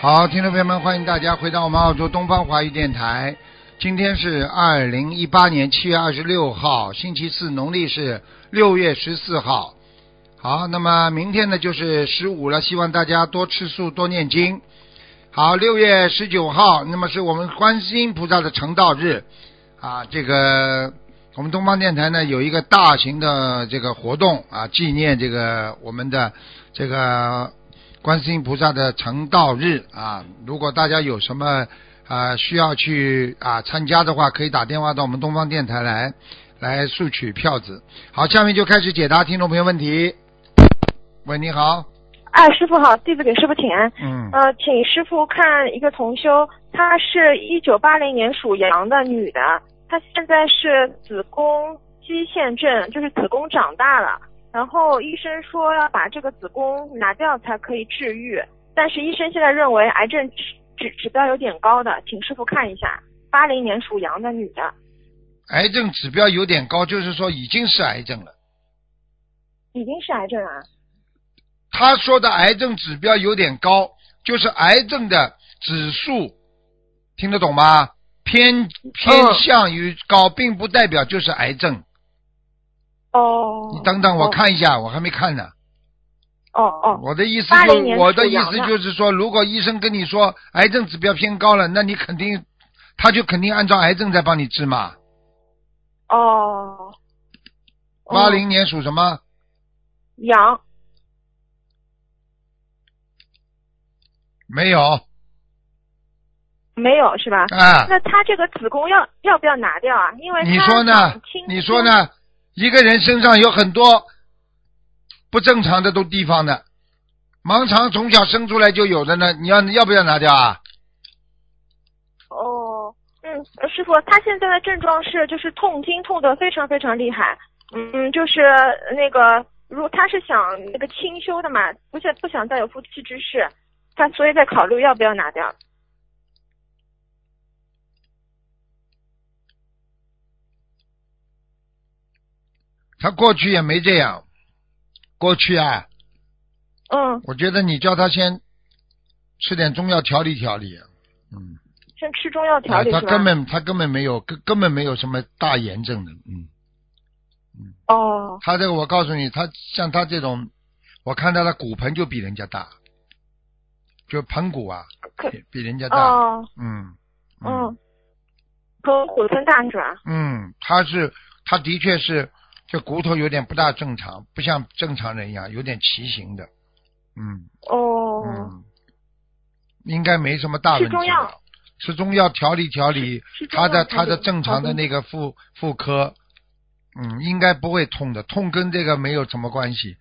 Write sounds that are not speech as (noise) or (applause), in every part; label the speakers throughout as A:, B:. A: 好，听众朋友们，欢迎大家回到我们澳洲东方华语电台。今天是二零一八年七月二十六号，星期四，农历是六月十四号。好，那么明天呢就是十五了，希望大家多吃素，多念经。好，六月十九号，那么是我们观世音菩萨的成道日啊。这个我们东方电台呢有一个大型的这个活动啊，纪念这个我们的这个观世音菩萨的成道日啊。如果大家有什么啊需要去啊参加的话，可以打电话到我们东方电台来来索取票子。好，下面就开始解答听众朋友问题。喂，你好，
B: 哎，师傅好，弟子给师傅请安。
A: 嗯，
B: 呃，请师傅看一个同修，她是一九八零年属羊的女的，她现在是子宫肌腺症，就是子宫长大了，然后医生说要把这个子宫拿掉才可以治愈，但是医生现在认为癌症指指指标有点高的，请师傅看一下，八零年属羊的女的，
A: 癌症指标有点高，就是说已经是癌症了。
B: 已经是癌症啊，
A: 他说的癌症指标有点高，就是癌症的指数，听得懂吗？偏偏向于高，并不代表就是癌症。
B: 哦，
A: 你等等，我看一下，我还没看呢。
B: 哦，哦哦，
A: 我的意思
B: 80
A: 就
B: 年
A: 我的
B: 属
A: 意
B: 羊
A: 思
B: 的
A: 就是说，如果医生跟你说癌症指标偏高了，那你肯定他就肯定按照癌症在帮你治嘛。
B: 哦，
A: 八零年属什么？
B: 羊，
A: 没有
B: 没有是吧？
A: 啊？
B: 那他这个子宫要要不要拿掉啊？因为
A: 你
B: 他
A: 说呢
B: 想清？
A: 你说？呢？一个人身上有很多不正常的都地方的，盲肠从小生出来就有的呢，你要要不要拿掉啊？
B: 哦，嗯，呃师傅，他现在的症状是就是痛经痛得非常非常厉害，嗯，就是那个如他是想那个清修的嘛，不想不想再有夫妻之事，他所以在考虑要不要拿掉。
A: 他过去也没这样，过去啊，
B: 嗯，
A: 我觉得你叫他先吃点中药调理调理，嗯，
B: 先吃中药调
A: 啊、
B: 理是
A: 他
B: 吧？
A: 根本他根本没有根根本没有什么大炎症的，嗯，
B: 哦
A: 他这个我告诉你，他像他这种，我看他的骨盆就比人家大，就盆骨啊，
B: 可
A: 比比人家大，
B: 呃哦
A: 嗯，
B: 嗯，和虎吞大啊是吧？
A: 嗯，他是他的确是这骨头有点不大正常，不像正常人一样，有点畸形的，嗯
B: 哦，
A: 嗯，应该没什么大问题吧。
B: 吃中药
A: 吃中药调理调理
B: 吃中
A: 他
B: 药
A: 的
B: 调
A: 他的
B: 理
A: 正常的
B: 好的
A: 那个妇妇科，嗯，应该不会痛的，痛跟这个没有什么关系。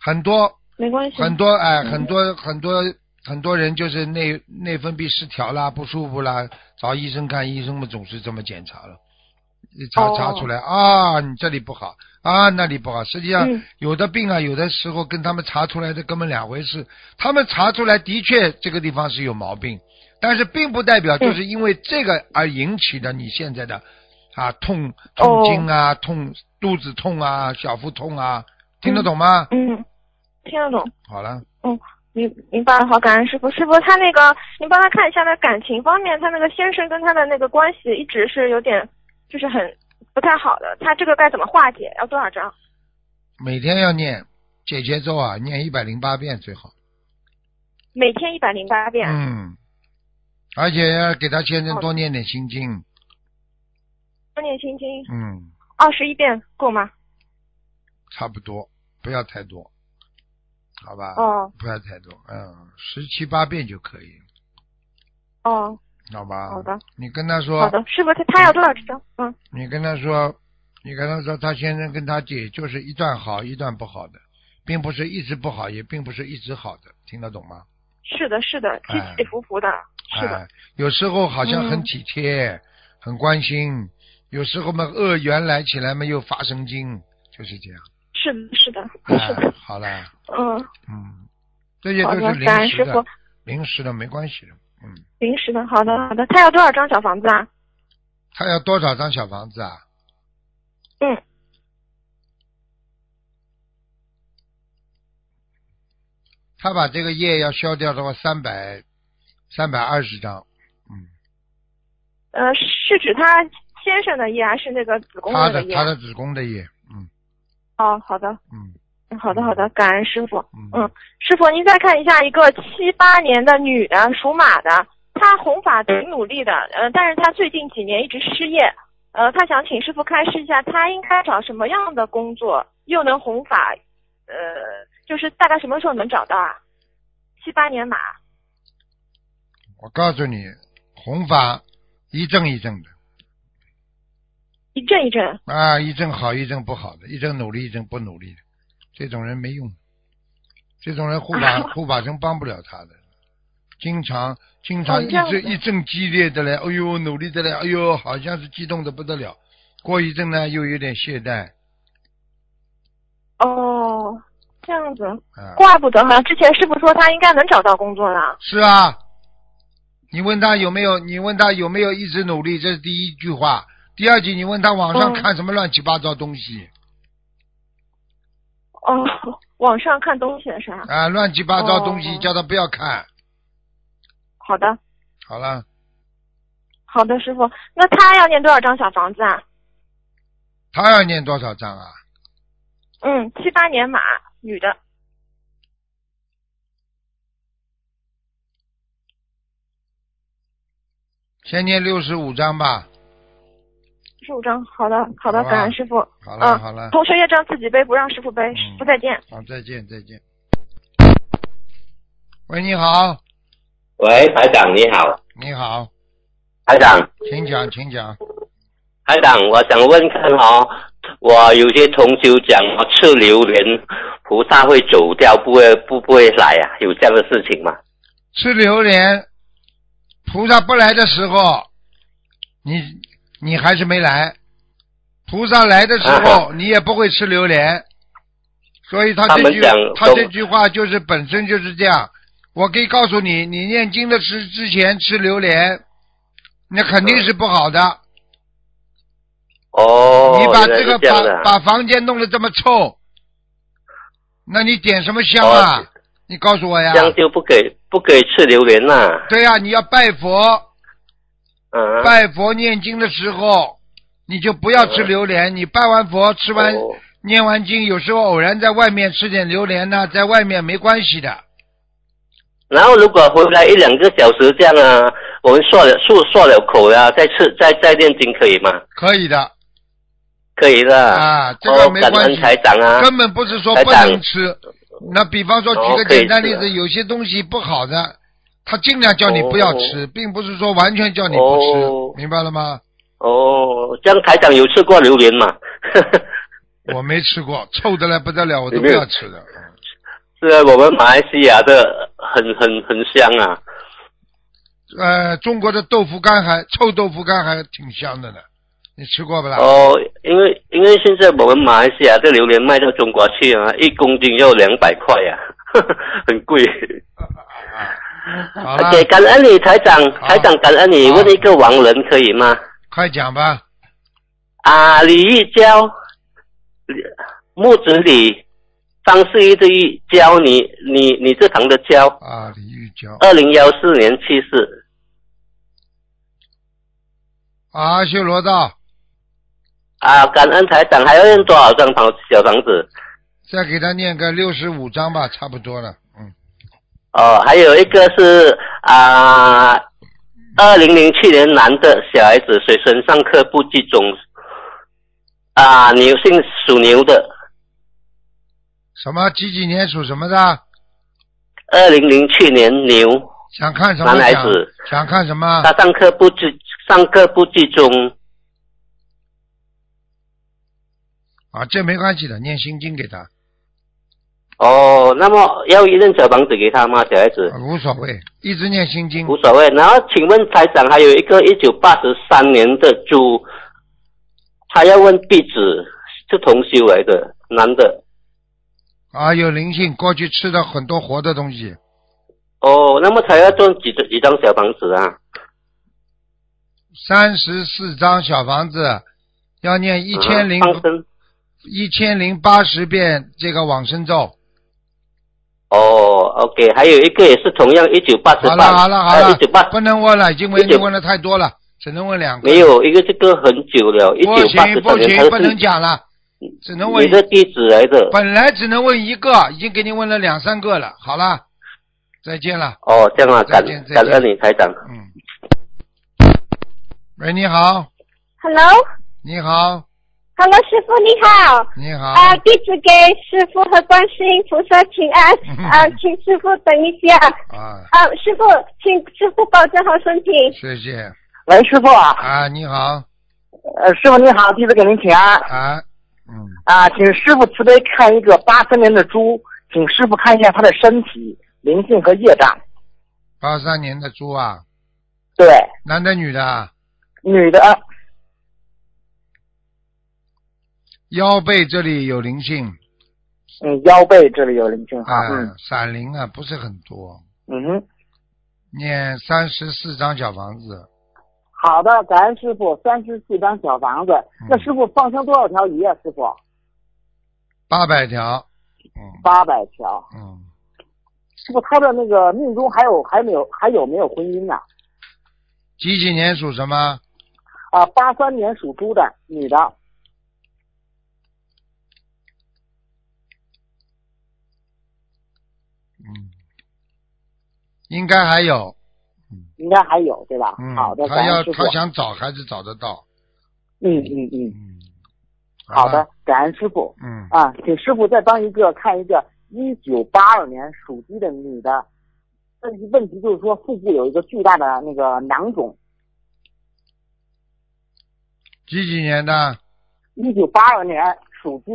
A: 很多
B: 没关系。
A: 很多哎，
B: 嗯
A: 很多很多很多人就是内内分泌失调啦，不舒服啦，找医生看，医生们总是这么检查了，一查
B: 哦
A: 查出来啊，你这里不好啊，那里不好。实际上
B: 嗯
A: 有的病啊，有的时候跟他们查出来的根本两回事。他们查出来的确这个地方是有毛病，但是并不代
B: 嗯
A: 表就是因为这个而引起的你现在的啊痛痛经啊、痛肚子痛啊、小腹痛啊，听得懂吗？
B: 嗯，听得懂。
A: 好了。
B: 明明白了，好，感恩师傅。师傅，他那个，您帮他看一下，他感情方面，他那个先生跟他的那个关系一直是有点，就是很不太好的。他这个该怎么化解？要多少张？
A: 每天要念解结咒啊，念一百零八遍最好。
B: 每天一百零八遍。
A: 嗯，而且要给他先生多念点心经。
B: 多念心经
A: 嗯，
B: 二十一遍够吗？
A: 差不多，不要太多，好吧？
B: 哦
A: 不要太多，嗯，十七八遍就可以，
B: 哦，
A: 好吧？
B: 好的。
A: 你跟他
B: 好
A: 说，
B: 的，师傅，他他要多少张？嗯，
A: 你跟他说，你跟他说，他先生跟他姐就是一段好一段不好的，并不是一直不好，也并不是一直好的，听得懂吗？
B: 是的，是的，起起伏伏的，是的，
A: 哎，有时候好像很
B: 嗯
A: 体贴、很关心，有时候嘛恶缘来起来嘛又发神经，就是这样。
B: 是的，是的，是
A: 哎
B: 的，，
A: 好了，
B: 嗯，
A: 嗯，这些都
B: 好
A: 是
B: 的，
A: 临
B: 感恩
A: 时
B: 师
A: 的
B: 傅，，
A: 临时的没关系的。嗯，
B: 临时的，好的，好的，他要多少张小房子啊？
A: 他要多少张小房子啊？
B: 嗯，
A: 他把这个业要消掉的话，三百三百二十张，嗯
B: 呃，是指他先生的业还是那个子宫
A: 他
B: 位
A: 的
B: 业
A: 他？的子宫的液，嗯
B: 哦，好的，
A: 嗯
B: 嗯好的，好的，感恩师傅。
A: 嗯
B: 嗯，师傅，您再看一下一个七八年的女的，属马的，她弘法挺努力的，呃，但是她最近几年一直失业，呃，她想请师傅开示一下，她应该找什么样的工作，又能弘法，呃，就是大概什么时候能找到啊？七八年马，
A: 我告诉你，弘法一阵一阵的
B: 一阵一阵，
A: 啊，一阵好，一阵不好的，一阵努力，一阵不努力的，这种人没用，这种
B: (laughs)
A: 人护法护法神帮不了他的，经常经常
B: 哦
A: 一
B: 这样
A: 阵
B: 子
A: 一阵激烈的嘞，哎呦努力的嘞，哎呦好像是激动的不得了，过一阵呢又有点懈怠
B: 哦，这样子，
A: 啊。
B: 怪不得好像之前师傅说她应该能找到工作了。
A: 是啊，你问他有没有？你问他有没有一直努力？这是第一句话。第二句，你问他网上
B: 嗯
A: 看什么乱七八糟东西、
B: 哦，网上看东西是吧？
A: 啊？乱七八糟东西，
B: 哦
A: 叫他不要看。
B: 好的，
A: 好了，
B: 好的，师傅，那她要念多少张小房子啊？
A: 他要念多少章啊？
B: 嗯，七八年马，女的。
A: 先念六十五章吧。
B: 十五张，好的，好的
A: 好，吧
B: 感恩师傅。
A: 好了，
B: 嗯，
A: 好了，
B: 同学业障自己背，不让师傅
A: 嗯
B: 背。师傅再见。
A: 好，再见，再见。喂，你好，
C: 喂，台长你好，
A: 你好，
C: 台长，
A: 请讲，请讲。
C: 台长，我想问看哦，我有些同修讲我吃榴莲，菩萨会走掉，不会不不会来啊？有这样的事情吗？
A: 吃榴莲，菩萨不来的时候，你你还是没来；菩萨来的时
C: 啊
A: 候，你也不会吃榴莲。所以他这句他
C: 他们讲
A: 这句话就是本身就是这样。我可以告诉你，你念经的吃之前吃榴莲，那肯定是不好的。
C: 哦，
A: 你把
C: 原来
A: 这
C: 是
A: 个
C: 这样的
A: 把把
C: 啊
A: 房间弄得这么臭，那你点什么香啊？
C: 哦
A: 你告诉我呀
C: 这。样就不给不给吃榴莲啦、啊。
A: 对呀、你要拜佛。
C: 嗯、
A: 拜佛念经的时候，你就不要吃榴莲。你拜完佛，吃完、
C: 啊哦
A: 念完经，有时候偶然在外面吃点榴莲呢，在外面没关系的。
C: 然后如果回来一两个小时这样啊，我们漱了漱漱了口了，再吃再再念经可以吗？
A: 可以的
C: 啊可以的。
A: 啊，这
C: 哦
A: 个没
C: 感
A: 关
C: 恩
A: 系，
C: 台长啊。
A: 根本不是说
C: 台
A: 不
C: 长
A: 能吃。那比方说，举
C: 哦
A: 个
C: 可以
A: 简单
C: 吃
A: 例
C: 啊
A: 子，有些东西不好的，他尽量叫你不要吃，并不是说完全叫你不吃，
C: 哦
A: 明白了吗？
C: 哦，这样台长有吃过榴莲吗？ (laughs)
A: 我没吃过，臭的来不得了，我都
C: 有
A: 不
C: 没有
A: 要吃的。嗯
C: 是啊，我们马来西亚的很很很香啊，
A: 呃，中国的豆腐干还臭豆腐干还挺香的呢，你吃过不啦？
C: 哦，因为因为现在我们马来西亚的榴莲卖到中国去啊，一公斤要两百块呀、啊， (laughs) 很贵。
A: 啊好
C: (laughs)
A: 了，
C: OK，感恩你台长，
A: 好
C: 台长感恩你。
A: 好
C: 问一个亡人可以吗？
A: 快讲吧。
C: 啊，李玉娇，李木子李，方世玉的玉，娇你你你这堂的娇，
A: 啊，李玉娇，
C: 二零幺四年去世。
A: 阿修罗道，
C: 啊，感恩台长，还要用多少张房小房子？
A: 再给他念个六十五章吧，差不多了。嗯，
C: 哦，还有一个是啊，二零零七年男的小孩子水身上课不集中，啊，牛姓属牛的，
A: 什么几几年属什么的？
C: 二零零七年牛，
A: 想看什么
C: 男孩
A: 想
C: 子
A: 想看什么
C: 他？上课不集上课不集中，
A: 啊，这没关系的，念心经给他，
C: 哦，那么要一任小房子给他吗？小孩子
A: 啊无所谓，一直念心经。
C: 无所谓。然后请问台长，还有一个一九八十三年的猪，他要问壁纸是同修来的男的。
A: 啊，有灵性，过去吃的很多活的东西，
C: 哦，那么他要种几几张小房子啊？
A: 三十四张小房子，要念一千零
C: 啊放生
A: 一千零八十遍这个往生咒，
C: 哦， ，OK，还有一个也是同样一九八十
A: 好了
C: 八，呃
A: 好了好了
C: 一九八，
A: 不能问了，已经问已
C: 19
A: 经问的太多了，只能问两个。
C: 没有一个这个很久了，一
A: 不
C: 九八
A: 行
C: 十
A: 不
C: 三年，
A: 行，不
C: 他是
A: 能讲了，只能问
C: 你。的地址来的。
A: 本来只能问一个，已经给你问了两三个了。好了，再见了。
C: 哦，这样啊，
A: 再
C: 感
A: 见再见
C: 感恩你台长。
A: 嗯。喂，你好，
D: Hello，Hello，
A: 你好，
D: 师傅你好。
A: 你好。。
D: 啊，弟子给师傅和观世音菩萨请安啊，请师傅等一下。
A: 啊，
D: 啊，师傅，请师傅保重好身体。
A: 谢谢。
E: 喂，师傅啊，
A: 啊，你好。
E: 呃，师傅您好，弟子给您请安
A: 啊，嗯，
E: 啊，请师傅慈悲看一个八三年的猪，请师傅看一下他的身体、灵性和业障。
A: 八三年的猪啊，
E: 对，
A: 男的女的啊，
E: 女的，
A: 腰背这里有灵性
E: 嗯，腰背这里有灵性
A: 啊
E: 哈，，嗯
A: 闪灵啊，不是很多，
E: 嗯哼，
A: 念三十四张小房子，
E: 好的，感恩师傅，三十四张小房子，
A: 嗯
E: 那师傅放生多少条鱼啊？师傅，
A: 八百条，嗯
E: 八百条。
A: 嗯，
E: 师傅，他的那个命中还有还没有还有没有婚姻呢？
A: 几几年属什么？
E: 啊，八三年属猪的女的，
A: 嗯，应该还有，
E: 应该还有对吧？
A: 嗯，
E: 好的，
A: 他
E: 感
A: 要
E: 恩师傅
A: 他。想找还是找得到，
E: 嗯嗯嗯，
A: 嗯，
E: 好
A: 吧
E: 的，，感恩师傅。
A: 嗯，
E: 啊，请师傅再帮一个看一个一九八二年属鸡的女的，问题问题就是说腹部有一个巨大的那个囊肿。
A: 几几年的？
E: 一九八二年属鸡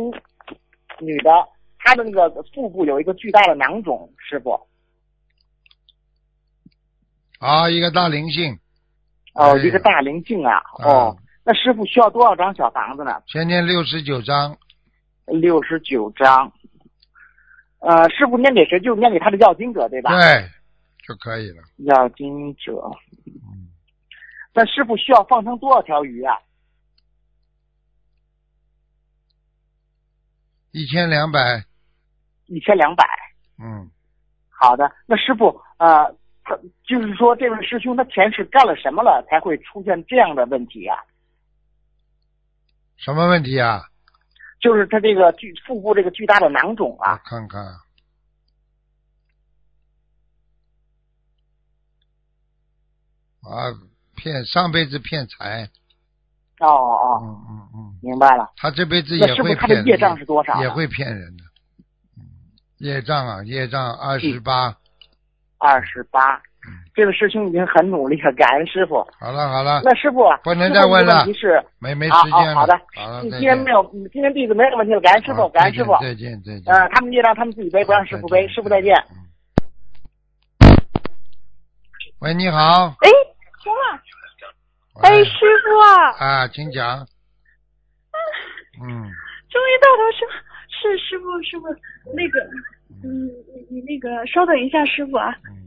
E: 女的，她的那个腹部有一个巨大的囊肿，师傅。哦
A: 啊，一个大灵性，
E: 哦，
A: 哎呀
E: 一个大灵性啊！
A: 啊
E: 哦，那师傅需要多少张小房子呢？
A: 先念六十九张，
E: 六十九张。呃，师傅念给谁？就是念给他的要经者，对吧？
A: 对，就可以了。
E: 要经者。
A: 嗯，
E: 那师傅需要放生多少条鱼啊？
A: 一千两百，
E: 一千两百。
A: 嗯，
E: 好的，那师傅，呃，他就是说这位师兄他前世干了什么了，才会出现这样的问题啊？
A: 什么问题啊？
E: 就是他这个巨腹部这个巨大的囊肿
A: 我
E: 啊，
A: 看看啊，啊，骗上辈子骗财，嗯
E: 哦哦，
A: 嗯嗯，
E: 明白了。
A: 他这辈子
E: 那
A: 也
E: 师傅
A: 会
E: 他的
A: 骗
E: 业障是
A: 人，
E: 多少啊？
A: 也会骗人的。嗯业障啊，业
E: 嗯
A: 障二十八，
E: 二十八。
A: 嗯
E: 这位师兄已经很努力了，感恩师傅。
A: 好了好了，
E: 那师傅啊
A: 啊不能
E: 最后
A: 再
E: 一
A: 问
E: 个
A: 了
E: 问题是，
A: 没没
E: 啊
A: 时间了，
E: 啊好的
A: 好了，
E: 你
A: 再
E: 今天
A: 见
E: 没，有，你今天弟子没有问题了，感恩师
A: 好
E: 傅，感恩师傅。
A: 再见再见，
E: 呃，他们业障他们自己背，不让师傅背。师傅再
A: 啊
E: 见。。
A: 嗯喂，你好，
D: 哎，行了，
E: 哎
A: 喂
D: 傅啊，
A: 啊，请讲。嗯，
D: 终于到头师是师傅师傅那个，嗯，你你那个稍等一下师傅啊。
A: 嗯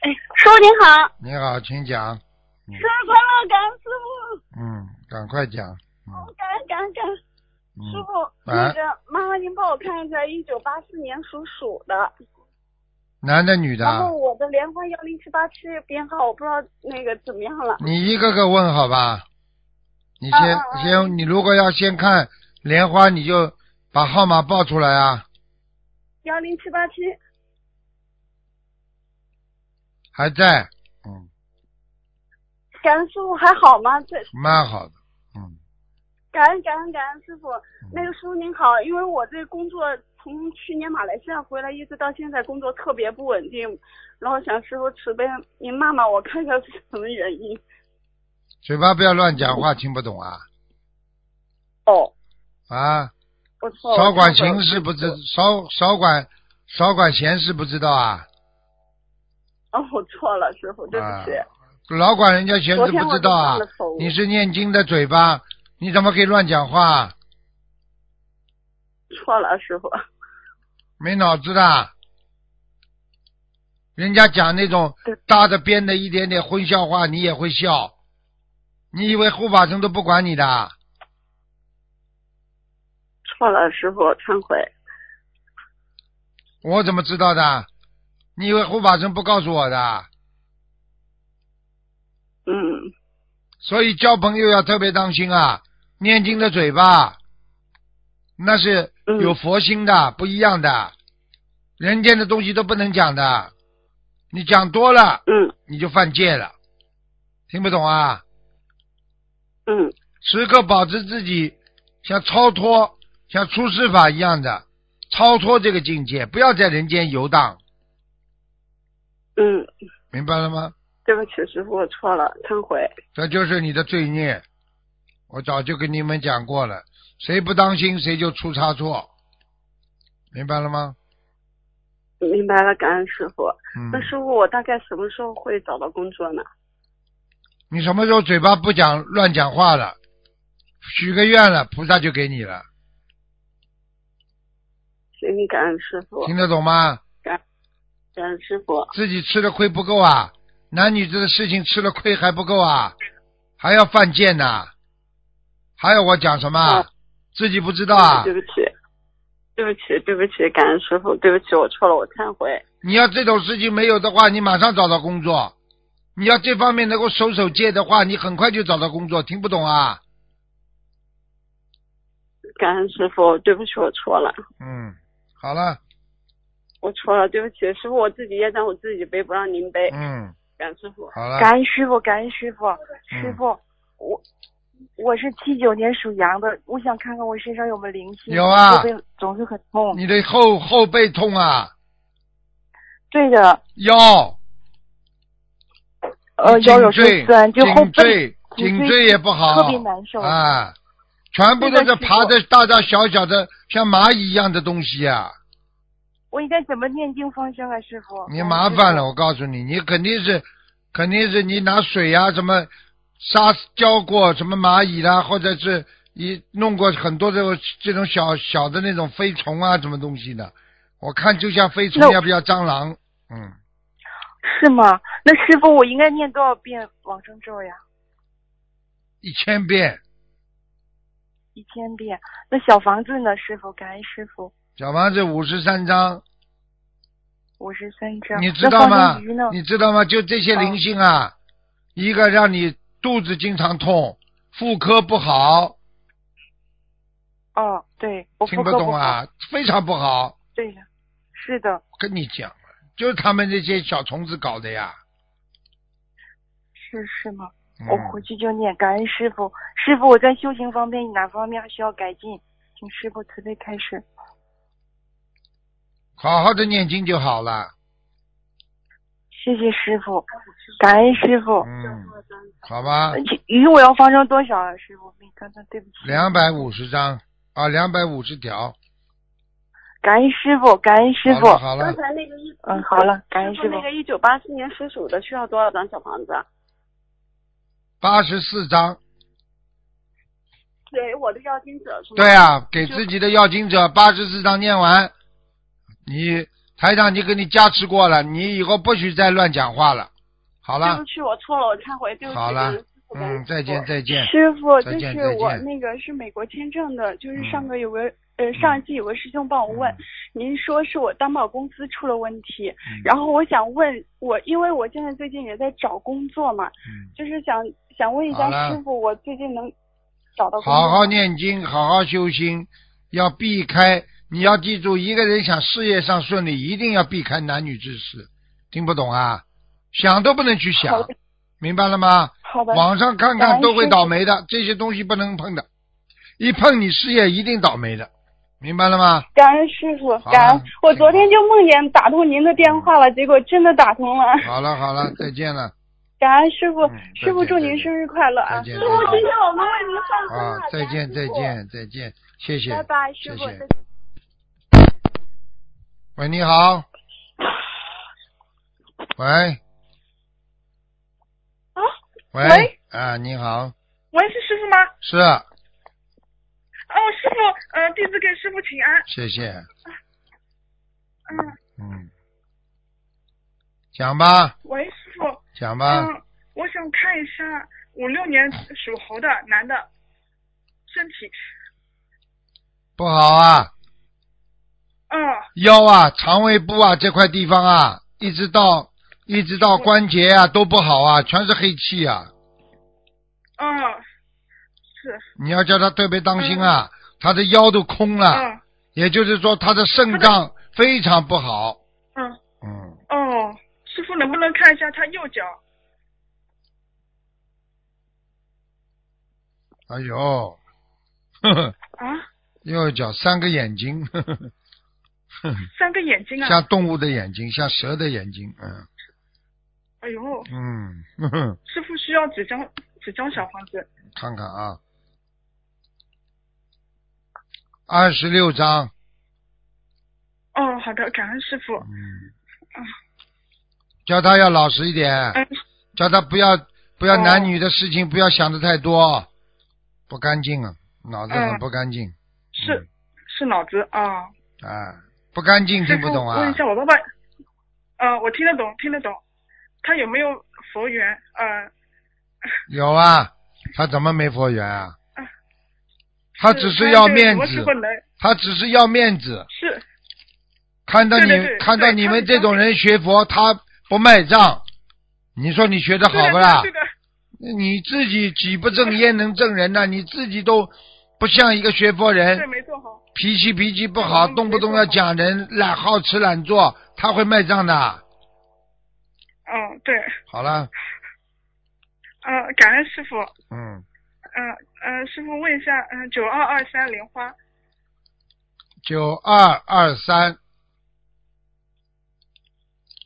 D: 哎，师傅您好，
A: 你好，请讲。
D: 生日快乐，感恩师傅，
A: 嗯，赶快讲。嗯
D: 感恩感恩感恩师
A: 嗯，
D: 傅，那个麻烦您帮我看一下，一九八四年属鼠的，
A: 男的女的
D: 然
A: 啊
D: 后？我的莲花幺零七八七编号，我不知道那个怎么样了。
A: 你一个个问好吧。你先
D: 啊啊啊
A: 先，你如果要先看莲花，你就把号码报出来啊。
D: 幺零七八七，
A: 还在，嗯，
D: 感恩师傅还好吗？这
A: 蛮好的，嗯
D: 感恩感恩感恩师傅，那个师傅您好，因为我这工作从去年马来西亚回来一直到现在，工作特别不稳定，然后想师傅慈悲，您骂骂我看看是什么原因。
A: 嘴巴不要乱讲话，
D: 嗯
A: 听不懂啊
D: 哦，
A: 啊！
D: 我错了。
A: 少管
D: 忏悔
A: 情事不知，少少管少管闲事不知道啊。
D: 哦，我错了，师傅，对不起。
A: 啊老管人家闲
D: 昨
A: 事
D: 天
A: 不
D: 我
A: 知道啊
D: 就犯了错误！
A: 你是念经的嘴巴，你怎么可以乱讲话啊？
D: 错了，师傅。
A: 没脑子的！人家讲那种
D: 对
A: 搭着边的一点点荤笑话，你也会笑。你以为护法神都不管你的？
D: 错了，师傅，忏悔。
A: 我怎么知道的？你以为护法神不告诉我的？
D: 嗯，
A: 所以交朋友要特别当心啊！念经的嘴巴，那是
D: 嗯
A: 有佛心的，不一样的。人间的东西都不能讲的，你讲多了
D: 嗯
A: 你就犯戒了，听不懂啊？
D: 嗯
A: 时刻保持自己像超脱、像出世法一样的超脱这个境界，不要在人间游荡，
D: 嗯，
A: 明白了吗？
D: 对不起，师傅，我错了，忏悔。
A: 这就是你的罪孽。我早就跟你们讲过了，谁不当心谁就出差错，明白了吗？
D: 明白了，感恩师傅。
A: 嗯
D: 那，师傅，我大概什么时候会找到工作呢？
A: 你什么时候嘴巴不讲乱讲话了，许个愿了，菩萨就给你了，
D: 请你感恩师傅，
A: 听得懂吗？
D: 感恩师傅。
A: 自己吃的亏不够啊，男女这个事情吃了亏还不够啊，还要犯贱呐、还要我讲什么啊？
D: 嗯
A: 自己不知道啊
D: 对？不起，对不起，对不起，感恩师傅，对不起，我错了，我忏悔。
A: 你要这种事情没有的话，你马上找到工作；你要这方面能够守守戒的话，你很快就找到工作。听不懂啊？
D: 感恩师傅，对不起，我错了，
A: 嗯，好了，
D: 我错了，对不起，师傅，我自己业障我自己背，不让您背。
A: 嗯，
D: 感恩师傅，
A: 好了，
F: 感恩师傅，感恩师傅，师
A: 嗯
F: 傅，我我是七九年属羊的，我想看看我身上有没有灵性，
A: 有啊
F: 后背总是很痛。
A: 你的后后背痛啊，
F: 对的，
A: 腰。
F: 呃，
A: 颈
F: 腰有时
A: 椎
F: 候酸，就后
A: 颈
F: 背
A: 椎
F: 颈
A: 颈
F: 椎
A: 椎也不好，
F: 特别难受
A: 啊！全部都是爬的大大小小的像蚂蚁一样的东西啊！
F: 我应该怎么念经放生啊，师傅？
A: 你
F: 嗯
A: 麻
F: 师
A: 烦
F: 傅
A: 了，我告诉你，你肯定是肯定是你拿水啊什么杀浇过什么蚂蚁啦、或者是你弄过很多这种这种小小的那种飞虫啊什么东西的，我看就像飞虫
F: 那，我
A: 要不要蟑螂？嗯，
F: 是吗？那师傅，我应该念多少遍往生咒呀？
A: 一千遍。
F: 一千遍。那小房子呢，师傅？感恩师傅，
A: 小房子五十三章，
F: 五十三张。
A: 你知道
F: 那
A: 吗
F: 放生鱼呢？？哦
A: 你知道吗？就这些灵性啊，一个让你肚子经常痛，妇科不好，
F: 哦，对，我
A: 听
F: 妇
A: 不
F: 科不
A: 懂
F: 好。
A: 啊，非常不好。
F: 对的，是的，
A: 跟你讲了，就是他们这些小虫子搞的呀。
F: 是是吗？
A: 嗯、
F: 我回去就念，感恩师傅。师傅，我在修行方面哪方面需要改进？请师傅慈悲开示。
A: 好好的念经就好了。
F: 谢谢师傅，感恩师傅。
A: 嗯，好吧，
F: 鱼我要放生多少啊，师傅？没刚才对不起。
A: 两百五十张啊，两百五十条。
F: 感恩师傅，感恩师傅。
A: 好了，好了
D: 刚才那个一
F: 嗯，好了，感恩
D: 师
F: 师
D: 傅
F: 傅
D: 那。个一九八四年属鼠的需要多少张小房子啊？
A: 八十四张。
D: 给我的要经者是吗？
A: 对啊，给自己的要经者八十四章念完，你台长已经给你加持过了，你以后不许再乱讲话了。好
D: 对
A: 了
D: 不，起，我错了，我忏悔，对不起。
A: 好
D: 感
A: 了
D: 恩师傅，感恩
A: 嗯，
D: 师
A: 再
D: 傅
A: 见再见。
G: 师傅，
A: 再
G: 就
A: 见
G: 是
A: 再
G: 我
A: 见
G: 那个是美国签证的，就是上
A: 嗯
G: 个有个、呃上一季有个师兄帮我问，您说是我担保公司出了问题，
A: 嗯
G: 然后我想问我，因为我现在最近也在找工作嘛，
A: 嗯
G: 就是想想问一
A: 好了
G: 下师傅，我最近能找到工作吗
A: 好好念经，好好修心，要避开。你要记住，一个人想事业上顺利，一定要避开男女之事。听不懂啊？想都不能去
G: 好
A: 想
G: 的，
A: 明白了吗？
G: 好吧，
A: 网上看
G: 感
A: 看
G: 恩
A: 都会
G: 师
A: 倒
G: 父
A: 霉的，这些东西不能碰的，一碰你事业一定倒霉的，明白了吗？
G: 感恩师傅，
A: 好
G: 感
A: 了
G: 恩。我昨天
A: 挺
G: 就梦见打通您的电话了，结果真的打通了，
A: 好了好了，再见了，
G: 感恩师傅
A: 嗯，
G: 师傅
A: 再见
G: 祝
A: 再
G: 您
A: 见
G: 生日快乐
A: 再
G: 啊！
A: 见
G: 师
A: 再见
G: 傅，今天我们为您放生
A: 啊
G: 了，，
A: 再
G: 感恩
A: 见
G: 师
A: 再
G: 傅。
A: 见再见，谢谢，
G: 拜拜，
A: 谢
G: 师傅，
A: 谢
G: 再见。
A: 喂，你好，喂，
G: 啊，
A: 喂，
G: 喂
A: 啊，你好，
G: 喂，是师傅吗？
A: 是，
G: 哦，师傅，呃，弟子给师傅请安。
A: 谢谢，
G: 嗯，
A: 嗯，讲吧，
G: 喂，师傅，
A: 讲
G: 嗯、
A: 吧，
G: 我想看一下五六年属猴的男的身体，
A: 不好啊，
G: 嗯，
A: 腰啊、肠胃部啊这块地方啊，一直到一直到关节啊都不好啊，全是黑气啊。
G: 嗯，是，
A: 你要叫他特别当心啊，他的腰都空了，
G: 嗯
A: 也就是说他的肾脏非常不好。
G: 嗯，
A: 嗯，
G: 哦，师傅能不能看一下他右脚？
A: 哎呦，呵呵，
G: (laughs) 啊，
A: 右脚三个眼睛，呵呵
G: 三个眼睛啊！
A: 像动物的眼睛，像蛇的眼睛，嗯
G: 哎呦，
A: 嗯 (laughs) 呵呵，
G: 师傅需要几张几张小房子？
A: 看看啊，二十六章，
G: 哦，好的，感恩师傅。
A: 嗯，叫他要老实一点，
G: 嗯，
A: 叫他不要不要
G: 哦
A: 男女的事情不要想的太多，不干净啊，脑子很
G: 嗯
A: 不干净，嗯
G: 是是脑子啊。
A: 啊，不干净
G: 师
A: 听
G: 傅，
A: 不懂
G: 问
A: 啊
G: 一，下我爸爸，呃，我听得懂，听得懂。他有没有佛缘？呃，
A: 有啊，他怎么没佛缘啊
G: 嗯？
A: 他只是要面
G: 我
A: 子
G: 师，傅能
A: 他只是要面子，
G: 是
A: 看到你
G: 对对对
A: 看到
G: 对
A: 你
G: 他
A: 们
G: 是
A: 这
G: 相
A: 种人学佛，他不卖账，你说你学的好不啦？
G: 对的，
A: 你自己己不正焉能正人呐、你自己都不像一个学佛
G: 对的，对
A: 人，
G: 没做好。
A: 脾气脾气不好，
G: 嗯
A: 动不动要讲人，懒好吃懒做，他会卖账的。
G: 嗯，对，
A: 好了，
G: 呃，感恩师傅。
A: 嗯，
G: 嗯、嗯、师傅问一下，嗯、9九二二三莲花，
A: 九二二三，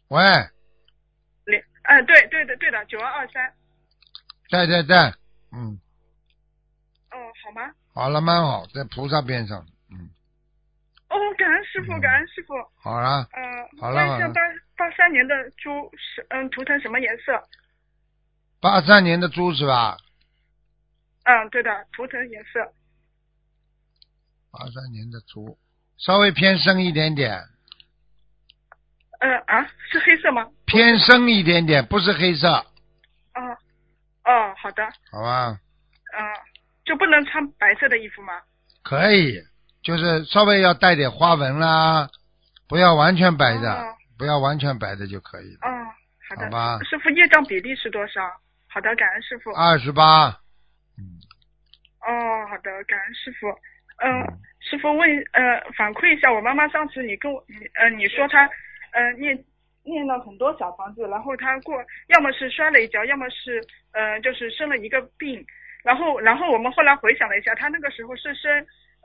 A: 喂，
G: 莲，哎、对对的对的，九二二三。
A: 对对对，嗯，
G: 哦，好吗？
A: 好了，蛮好，在菩萨边上，
G: 哦，感恩师傅，
A: 嗯
G: 感恩师傅。
A: 好了，
G: 呃，
A: 好了
G: 问一下
A: 好了
G: 八八三年的猪是嗯图腾什么颜色？
A: 八三年的猪是吧？
G: 嗯，对的，图腾颜色。
A: 八三年的猪，稍微偏深一点点，
G: 嗯啊，是黑色吗？
A: 偏深一点点，不是黑色，
G: 啊，哦，好的，
A: 好吧？
G: 嗯、就不能穿白色的衣服吗？
A: 可以，就是稍微要带点花纹啦，不要完全白的，
G: 哦
A: 不要完全白的就可以了。
G: 嗯，好的。
A: 好吧
G: 师傅，业障比例是多少？好的，感恩师傅。
A: 二十八，
G: 哦，好的，感恩师傅。嗯、师傅问，呃，反馈一下，我妈妈上次你跟我，你呃，你说她，呃，念念了很多小房子，然后她过，要么是摔了一跤，要么是呃，就是生了一个病，然后然后我们后来回想了一下，她那个时候是生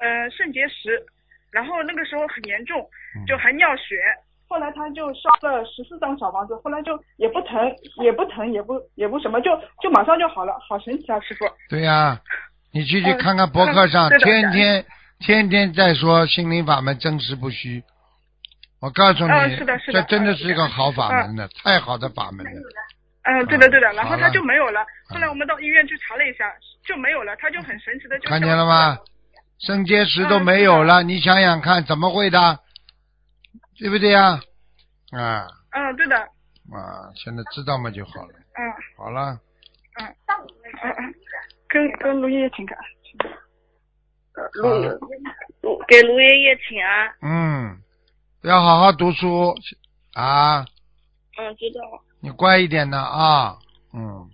G: 呃肾结石，然后那个时候很严重，就还尿血。后来她就烧了十四张小房子，后来就也不疼，也不疼，也不也不什么，就就马上就好了，好神奇啊，师傅！
A: 对呀、你去去
G: 嗯
A: 看看博客上，
G: 嗯对的
A: 天天天天在说心灵法门真实不虚。我告诉你，
G: 嗯是的是呃的
A: 这真的是一个好法门的，太好的法门了。
G: 嗯，对的对的，
A: 嗯
G: 然
A: 好
G: 后
A: 了
G: 他就没有了。后来我们到医院去查了一下，就没有了，他就很神奇的就
A: 看见了吗？肾结石
G: 嗯
A: 都没有了，你想想看，怎么会的？对不对呀、啊？啊
G: 嗯，对的，
A: 啊，现在知道嘛就好了。
G: 嗯
A: 好了，
G: 嗯嗯，跟跟卢爷爷请看。
A: 好了
H: 给卢爷爷请啊安。
A: 嗯，要好好读书啊，
H: 嗯，知道了。
A: 你乖一点的啊，嗯，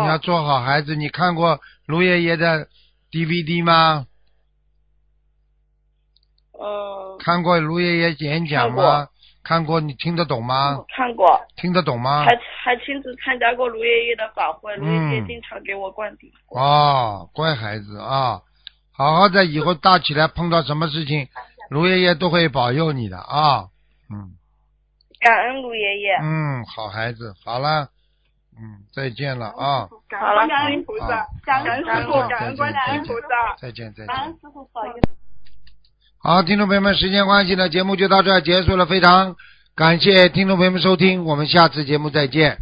A: 你要
H: 哦，
A: 做好孩子。你看过卢爷爷的 DVD 吗？
H: 嗯，
A: 看过卢爷爷演讲吗？看过，你听得懂吗？
H: 看过，
A: 听得懂吗？
H: 嗯还还亲自参加过卢爷爷的法会，卢爷
A: 啊嗯
H: 爷经常给我灌顶。
A: 哦，乖孩子啊，好好的，以后大起来碰到什么事情，卢爷爷都会保佑你的啊。嗯
H: 感恩卢爷爷。
A: 嗯，好孩子，好了，嗯，再见了啊。
H: 好了，
D: 感
A: 恩菩萨，感恩师傅，感恩观世音菩萨，嗯再见再见。感恩师傅，不好好，听众朋友们，时间关系呢，节目就到这儿结束了，非常感谢听众朋友们收听，我们下次节目再见。